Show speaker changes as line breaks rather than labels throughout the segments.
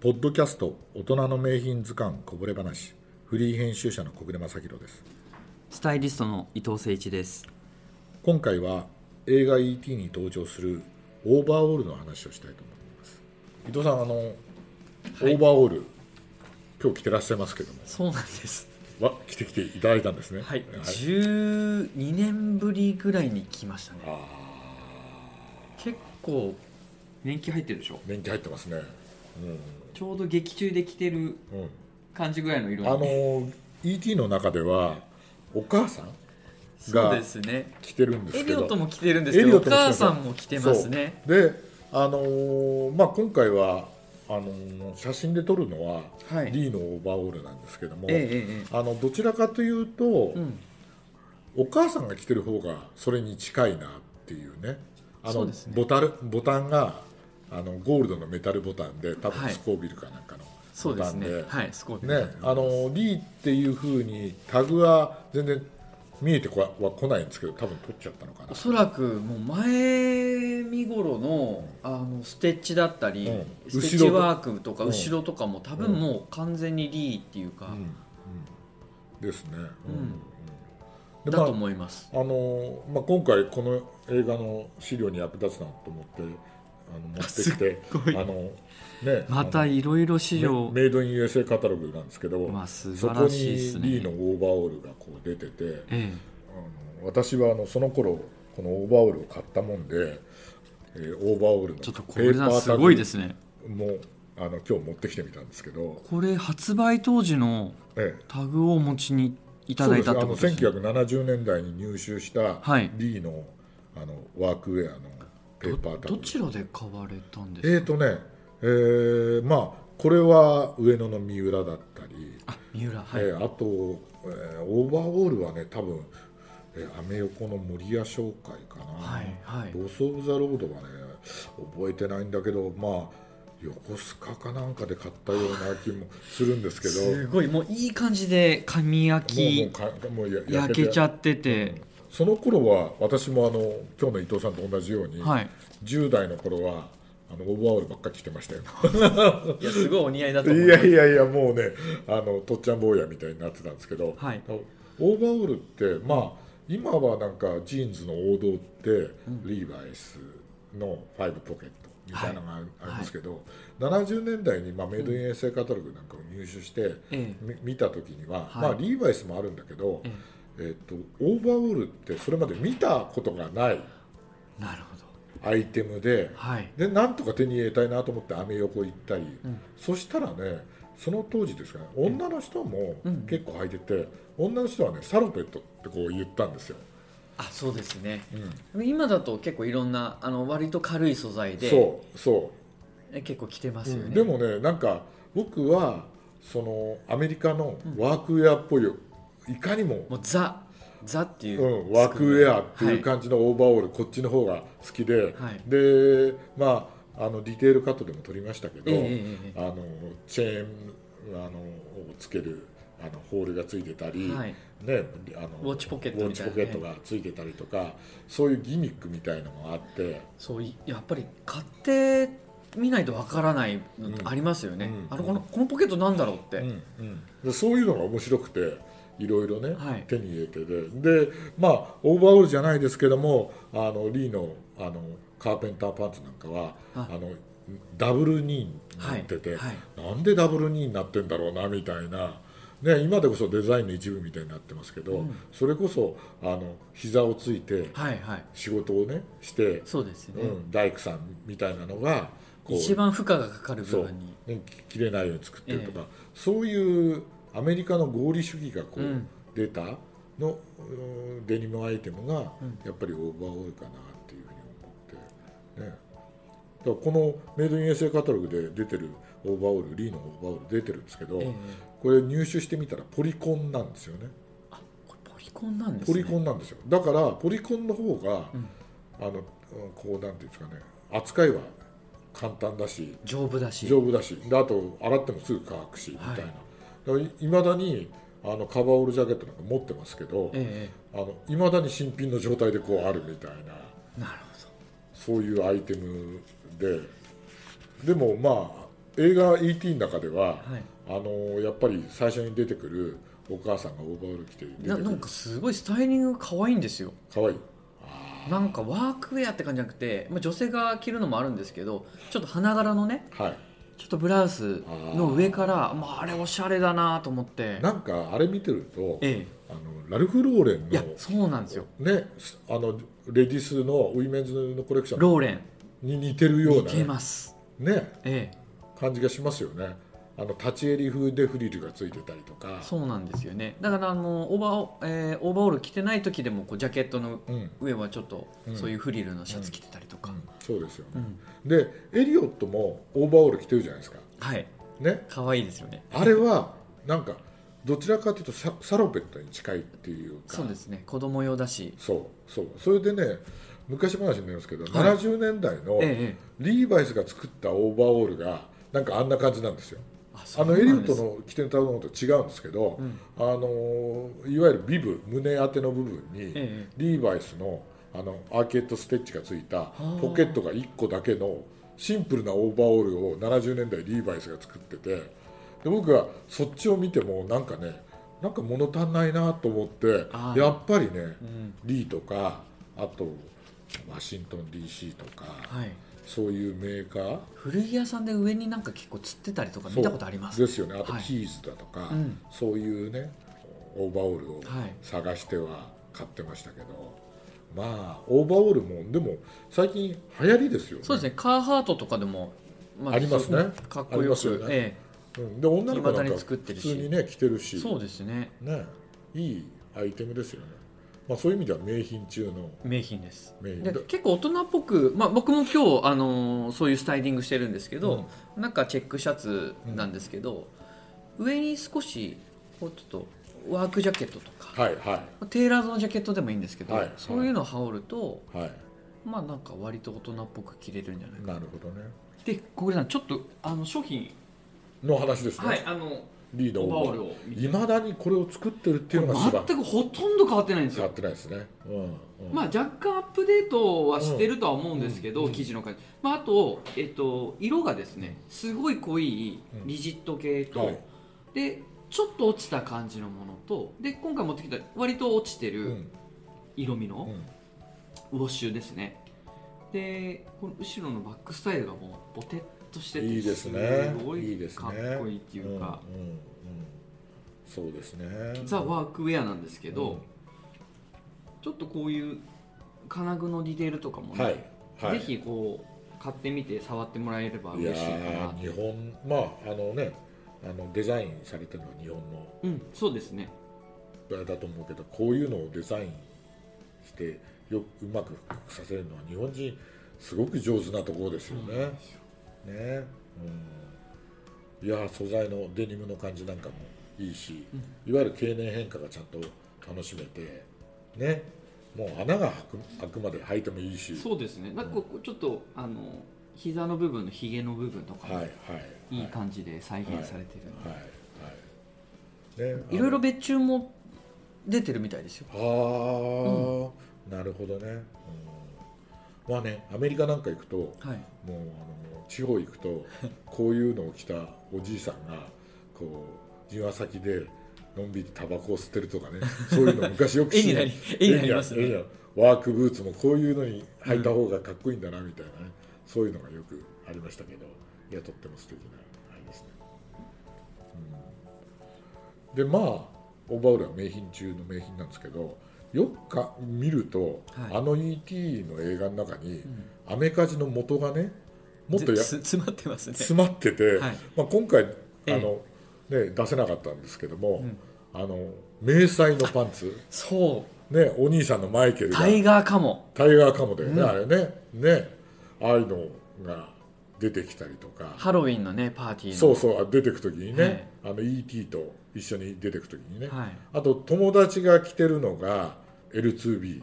ポッドキャスト大人の名品図鑑こぼれ話フリー編集者の小暮正弘です
スタイリストの伊藤誠一です。
今回は映画 ET に登場するオーバーオールの話をしたいと思います伊藤さんあの、オーバーオール今日着てらっしゃいますけども
そうなんです。
わ着てきていただいたんですね
はい、12年ぶりぐらいに来ましたね。結構年季入ってるでしょ。
年季入ってますね
ちょうど劇中で着てる
うん、うん
感じぐらいの色
あの ET の中ではお母さん
そうですね。
着てるんで
エ
す
リ
けど
オットも着てるんですけ
エリ
ど、
オ
お
ットも着て
母
ます
さんも着てますね。
そうであのーまあ今回はあのー写真で撮るのは、
はい
リーのオーバーオールなんですけども、
えええええ
あのどちらかというと、
え。うん。
お母さんが着てる方がそれに近いなっていうねあ
そ
の
うですね
ボタルボタンがあのゴールドのメタルボタンで多分
はい
スコービルかなんかの
そう
ボ
で
タ
す
ンで,、
ね。はい、すごい。
ね、あのリーっていうふうにタグは全然見えてこは来ないんですけど多分取っちゃったのかな
お。そらくもう前見頃のあのステッチだったり、
うん
ステッチワークとか
うん
後ろとかも多分もう完全にリーっていうか、
うんうんですね。
うん
で
だと思います、
あのまあ、今回この映画の資料に役立つなと思ってあの持ってきて
すっごい
あの、ね、
また
あの
いろいろ資料
メメイドイン USA カタログなんですけど、
まあ素
そ
晴
こ
ら
に
しいですね
リーのオーバーオールがこう出てて
え
あの私はあのその頃このオーバーオールを買ったもんで、えーオーバーオールの
え、ちょっとこ
ペ
れ
ーパータグ
すごいですね
もうあの今日持ってきてみたんですけど、
これ発売当時の
ええ、
タグをお持ちにいただいたってことですね
そうですあの1970年代に入手した
はい
リーの,、あのワークウェアのペーパータ
ど
グ
どちらで買われたんですか
えっ、ー、とね、えーまあこれは上野の三浦だったり、
あ三浦はい、
えーあと、えーオーバーオールはね多分、えーアメ横の森屋商会かな、
はいはい
ボス・オブ・ザ・ロードはね覚えてないんだけどまあ横須賀かなんかで買ったような気もするんですけど
すごいもういい感じで紙焼
もうもう
き
かもうや
焼けちゃってて、
その頃は私もあの今日の伊藤さんと同じように、
はい
10代の頃はあのオーバーオールばっかり着てましたよ
いやすごいお似合いだと思い
い
ま
や
す
いやいやもうね あのとっちゃん坊やみたいになってたんですけど、
はい
オーバーオールってまあ今はなんかジーンズの王道って、リーバイスのファイブポケットみたいなのがあるあ
い
りますけど、70年代に、まあ、メイドイン衛星カタログなんかを入手して、
ええ
み見た時には、
い
まあ、リーバイスもあるんだけど、
え
えっとオーバーオールってそれまで見たことがない
なるほど
アイテムで、
はい
でなんとか手に入れたいなと思ってアメ横行ったり、
ん
そしたらねその当時ですかね女の人も
うん
結構履いてて、女の人はねサロペットってこう言ったんですよ、
あそうですね
うん
今だと結構いろんなあの割と軽い素材で
そうそ
え結構着てま
う、
すよね、
うんでもねなんか僕はそのアメリカのワークウェアっぽい、いかにも
もうザザっていう、
うん、ワークウェアっていう
は
感じのオーバーオール、こっちの方が好きで、
はい
でまああのディテールカットでも撮りましたけど、
ええええええ
あのチェーンあのをつけるあのホールがついてたり、
はい
ね、あの
ウォッチポケットみたいな
ウォッチポケットがついてたりとか、そういうギミックみたいのもあって。
そういやっぱり買ってみないとわからないのってありますよね、
うん
あのこのこのポケットなんだろうって、
うんうんでそういうのが面白くていろいろね、
はい
手に入れてででまあオーバーオールじゃないですけどもあのリーのあのカーペンターパンツなんかはあ
あ
のダブルニーに
は
ないってて、
はい
なんでダブルニーになってんだろうなみたいな。ね、今でこそデザインの一部みたいになってますけど、
うん
それこそあの膝をついて
はいはい
仕事をねして、
そうです
う
ね、
ん、大工さんみたいなのがこう
一番負荷がかかる
そ
部
う
分に、
ねき切れないように作ってるとか、そういうアメリカの合理主義がこう、
うん
出たのうんデニムアイテムが
うん
やっぱりオーバーオールかなっていうふうに思って、ね、だからこのメイドイン衛星カタログで出てるオーバーオールリーのオーバーオール出てるんですけど、
ええ
これ入手してみたらポリコンなんですよね
あこれポリコンなんです
ポリ
ね
コンなんですよだからポリコンの方が、
うん
あのこうなんていうんですかね扱いは簡単だし
丈夫だし
丈夫だしであと洗ってもすぐ乾くしみたいな、
はい
いまだにあのカバーオールジャケットなんか持ってますけど
え
いまだに新品の状態でこうあるみたいな
えなるほ
そういうアイテムででもまあ映画 E.T. の中では、
はい
あのーやっぱり最初に出てくるお母さんがオーバーオール着て出て
な
く
なん
る
かすごいスタイリング可愛いんですよ
かわいい
なんかワークウェアって感じじゃなくて、まあ、女性が着るのもあるんですけどちょっと花柄のね
はい
ちょっとブラウスの上からあ,、まあ、あれおしゃれだなと思って
なんかあれ見てると
え
あのラルフ・ローレン
えいや
の
そうなんですよ
ね、あのレディースのウィメンズのコレクション
ローレン
に似てるよう
似
な
てます
ね
え
感じがしますよねあの立ち襟風でフリルがついてたりと
え
か
そうなんですよねだからあのオーバーオ、えーオーバーオール着てない時でもこうジャケットの
う,、ん、
上はちょっと
うん
そういうフリルのシャツ着てたりとか、
そうですよね、
うん
でエリオットもオーバーオール着てるじゃないですか
はい
ね
可愛いですよね
あれはなんかどちらかというとササロペットに近いっていうか
そうですね子供用だし
そうそうそれでね昔話になるんですけど、
はい
70年代の
ええ
リーバイスが作ったオーバーオールがなんかあんな感じなんですよ
あそ
あ
うな
の
ん
エ
です
リウットの着てたものと違うんですけど、
うん
あのーいわゆるビブ胸当ての部分に、
ええ
リーバイスのあのアーケードステッチがついた
ー
ポケットが1個だけのシンプルなオーバーオールを70年代リーバイスが作っててで僕はそっちを見てもなんかねなんか物足んないなと思って
あー
やっぱりね、
うん
リーとかあとワシントン DC とか、
はい
そういうメーカー
古着屋さんで上になんか結構釣ってたりとか見たことあります
そうですよねあと
はい
キーズだとか、
うん
そういうねオーバーオールを
はい
探しては買ってましたけど、まあオーバーオールもでも最近流行りですよね
そうですねカーハートとかでも、ま
ありますね
そうかっこ
あり
よ
ます
く
よね
え
うんで女の子なんか
未だに作
普
ってるし
通にね着てる
え
し
そうですね
ねいいアイテムですよね、まあ、そういう意味では名品中の
名品です
名品
で結構大人っぽく、まあ、僕も今日、あのーそういうスタイリングしてるんですけど、なんかチェックシャツなんですけど、上に少しこうちょっとワークジャケットとか、
はいは
テーラーズのジャケットでもいいんですけど、
はい
そういうのを羽織ると
いはい
まあなんか割と大人っぽく着れるんじゃないか
なるほどね
で小暮さんちょっとあの商品
の話ですね、
はいあの
リード
オー
オー
バーオール
バ
を見
ーいまだにこれを作ってるっていうのがしば
全くほとんど変わってないんです
やっ
よ
てないですね、うんうん
まあ、若干アップデートはしてるとは思うんですけ
う
ど、
んうん
生地の感じ、まあ、あと、えっと、色がですねすごい濃い
うん
リジット系と、
はい
でちょっと落ちた感じのものとで今回持ってきた割と落ちて
う
る
ん
色味
う
の
ん
ウォッシュですね、でこの後ろのバックスタイルがもうボテッとしてて
いいですね
ご
いい
い
ですね
かっこいいっていうか、
うんうんうんそうですね
ザ・ワークウェアなんですけど、
うん
ちょっとこういう金具のディテールとかもね、
はい、はい、
ぜひこう買ってみて触ってもらえれば
いや
嬉しいかな
ー日本まああのねあのデザインされてるのは日本の
うんそうですね
あれだと思うけどこういうのをデザインしてよくうまく復刻させるのは日本人すごく上手なところですよね、ねうん、いやー素材のデニムの感じなんかもいいし、いわゆる経年変化がちゃんと楽しめてねもう穴が開く開くまで履いてもいいし
そうですねなんかこうちょっとあの膝の部分のひげの部分とか
はいはい
もいい
は
感じで再現されてるの
い
で、
はいね
いろいろ別注も出てるみたいですよ
あのはあ、なるほどね、うん、まあねアメリカなんか行くとも
は
うあ
い、
の地方行く とこういうのを着たおじいさんがこう庭先でのんびりタバコを吸ってるとかねそういうの昔よく
絵になり絵になり
絵
ます
絵にな
ね
るワークブーツもこういうのに履いた方がかっこいいんだなみたいなね、そういうのがよくありましたけどいやとっても素敵なあれですね、うんでまあオーバーオールは名品中の名品なんですけどよくか見ると、
はい
あの E.T. の映画の中に、アメカジの元がねもっとや
つ 詰まってますね
詰まってて、
はい
まあ、今回あ
え
の、ね、出せなかったんですけども、
うん
あの迷彩のパンツ、
そ
ね、お兄さんのマイケル
う
が
タイガーかも
タイガーカモだよね、
うん
あれねねああいうのが出てきたりとか
ハロウィンのねパーティーの
そうそうあ出てく時にね、あの E.T. と一緒に出てく時にね、
はい
あと友達が着てるのが L2B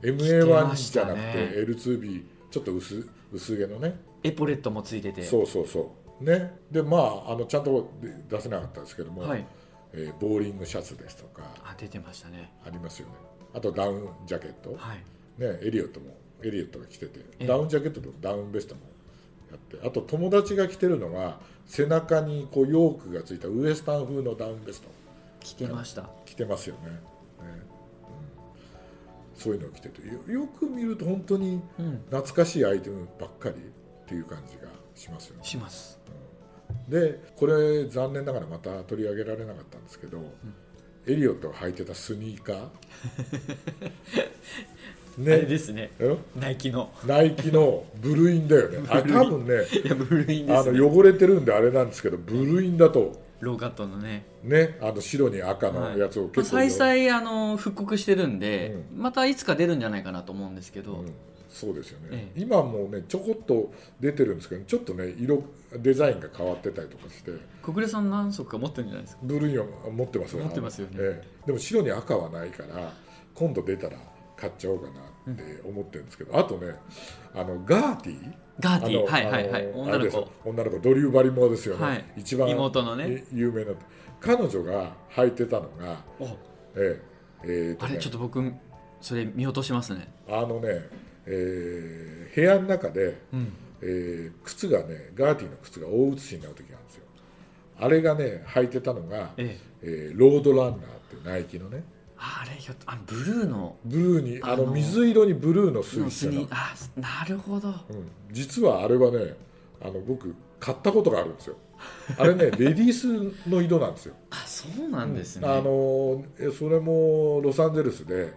てま
MA1
し
じゃ
た
な
ね
くて L2B ちょっと薄薄毛のね
エポレットもついてて
そうそうそうねでまああのちゃんとで出せなかったですけども、
はい
えーボーリングシャツですとか
あ出てましたね
ありますよねあとダウンジャケット、
はい
ね、エリオットもエリオットが着てて、
ええ
ダウンジャケットとダウンベストもやってあと友達が着てるのは背中にこうヨークがついたウエスタン風のダウンベスト
着てました
着てますよねね、うん、そういうのを着ててよよく見ると本当に懐かしいアイテムばっかりっていう感じがしますよね
します
でこれ残念ながらまた取り上げられなかったんですけど、うん、エリオットが履いてたスニーカー
ね、あれですねナイキの
ナイキのブルインだよねあ多分ね
いやブルイン、ね、
あの汚れてるんであれなんですけどブルインだと
ローカットのね
ねあの白に赤のやつを
結構、はい、再々あの復刻してるんで、うん、またいつか出るんじゃないかなと思うんですけど、うん
そうですよね、ええ、今もねちょこっと出てるんですけどちょっとね色デザインが変わってたりとかして
小暮さん何足か持ってるんじゃないですか
ブルーには持ってます
よね持ってますよね、
え、でも白に赤はないから今度出たら買っちゃおうかなって思ってるんですけど、うん、あとねあのガーティー
ガーティーはいはいはい女の子
女の子ドリュー・バリモアですよね、はい、一番
妹のね
有名な彼女が履いてたのがえ
ええー、ね、あれちょっと僕それ見落としますね
あのねえー、部屋の中で、うん、えー、靴がねガーティの靴が大写しになる時があるんですよあれがね履いてたのが、えええー、ロードランナーっていうナイキのね
あれひょっとあブルーの
ブルーにあの水色にブルーのスイーツ
あなるほど、うん、
実はあれはねあの僕買ったことがあるんですよあ れねレディースの色なんですよ
あそうなんですね、
うん、あのそれもロサンゼルスで、え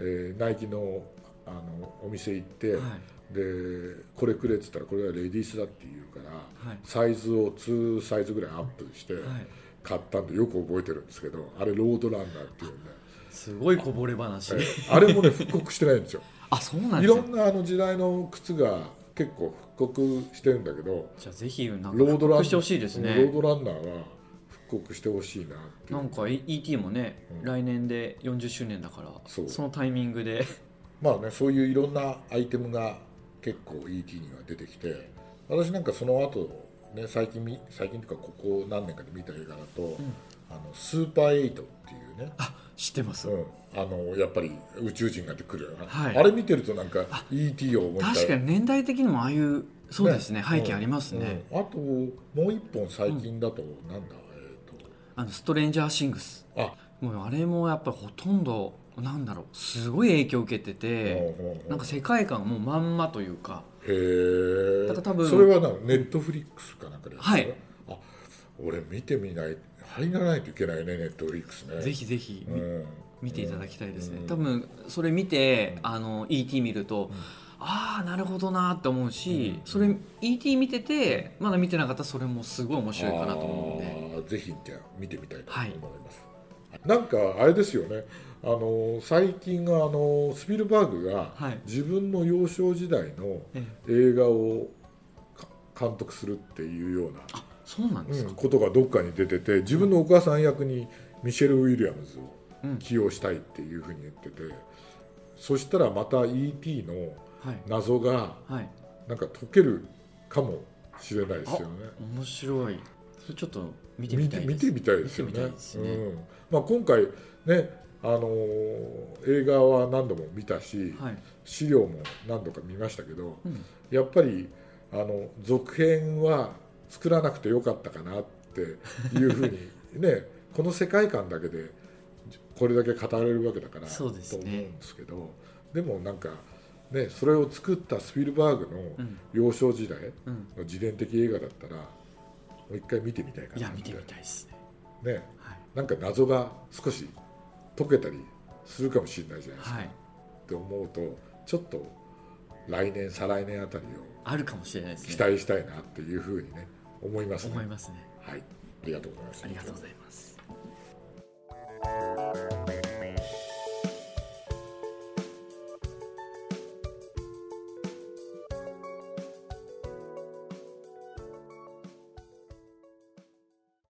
ええー、ナイキのあのお店行って、はい、でこれくれっつったらこれはレディースだって言うから、はい、サイズを2サイズぐらいアップして買ったんでよく覚えてるんですけどあれロードランナーっていうんで、ね、
すごいこぼれ話
あれもね復刻してないんですよ
あそうなん
いろんなあの時代の靴が結構復刻してるんだけど
じゃあぜひなんか復刻してほしいですね
ロードランナーは復刻してほしいなって
なんか ET もね、うん、来年で40周年だからそのタイミングで
まあね、そういういろんなアイテムが結構 ET には出てきて私なんかその後、ね、最近み最近というかここ何年かで見た映画だと、うん、あのスーパーエイトっていうね
あ知ってます、
うん、あのやっぱり宇宙人が出てくるような、はい、あれ見てるとなんか ET を思い
確かに年代的にもああいうそうですね、ね、背景ありますね、
うん、あともう一本最近だと、なんだ、えー、と
あのストレンジャーシングスあもうあれもやっぱりほとんどなんだろうすごい影響を受けててなんか世界観もまんまというか
へえだから多分それはネットフリックスかなんかで
はい
あ俺見てみない入らないといけないねネットフリックスね
ぜひぜひ、うん、見ていただきたいですね、うん、多分それ見て、うん、あの ET 見ると、ああなるほどなって思うし、それ ET 見ててまだ見てなかったらそれもすごい面白いかなと思うん
でぜひじゃあ見てみたいと思います、はい、なんかあれですよねあの最近あのスピルバーグが自分の幼少時代の映画を監督するっていうような
そうなんです
ことがどっかに出てて自分のお母さん役にミシェル・ウィリアムズを起用したいっていうふうに言ってて、そしたらまた E.T. の謎がなんか解けるかもしれないですよね。
面白いそれちょっと見てみたい
見てみたいですよね。ね
うん
まあ、今回ねあのー、映画は何度も見たし、はい、資料も何度か見ましたけど、うん、やっぱりあの続編は作らなくてよかったかなっていうふうに、 ね、この世界観だけでこれだけ語られるわけだから、ね、と思うんですけどでもなんか、ね、それを作ったスピルバーグの幼少時代の自伝的映画だったら、うんうん、もう一回見てみたいかなって
いや見てみたいです
ね。ね、はい、なんか謎が少し解けたりするかもしれないじゃないですか。はい、って思うとちょっと来年再来年あたりを
あるかもしれない、ね、
期待したいなっていうふうにね思います
ね。思いますね。
はい、ありがとうございます。
ありがとうございます。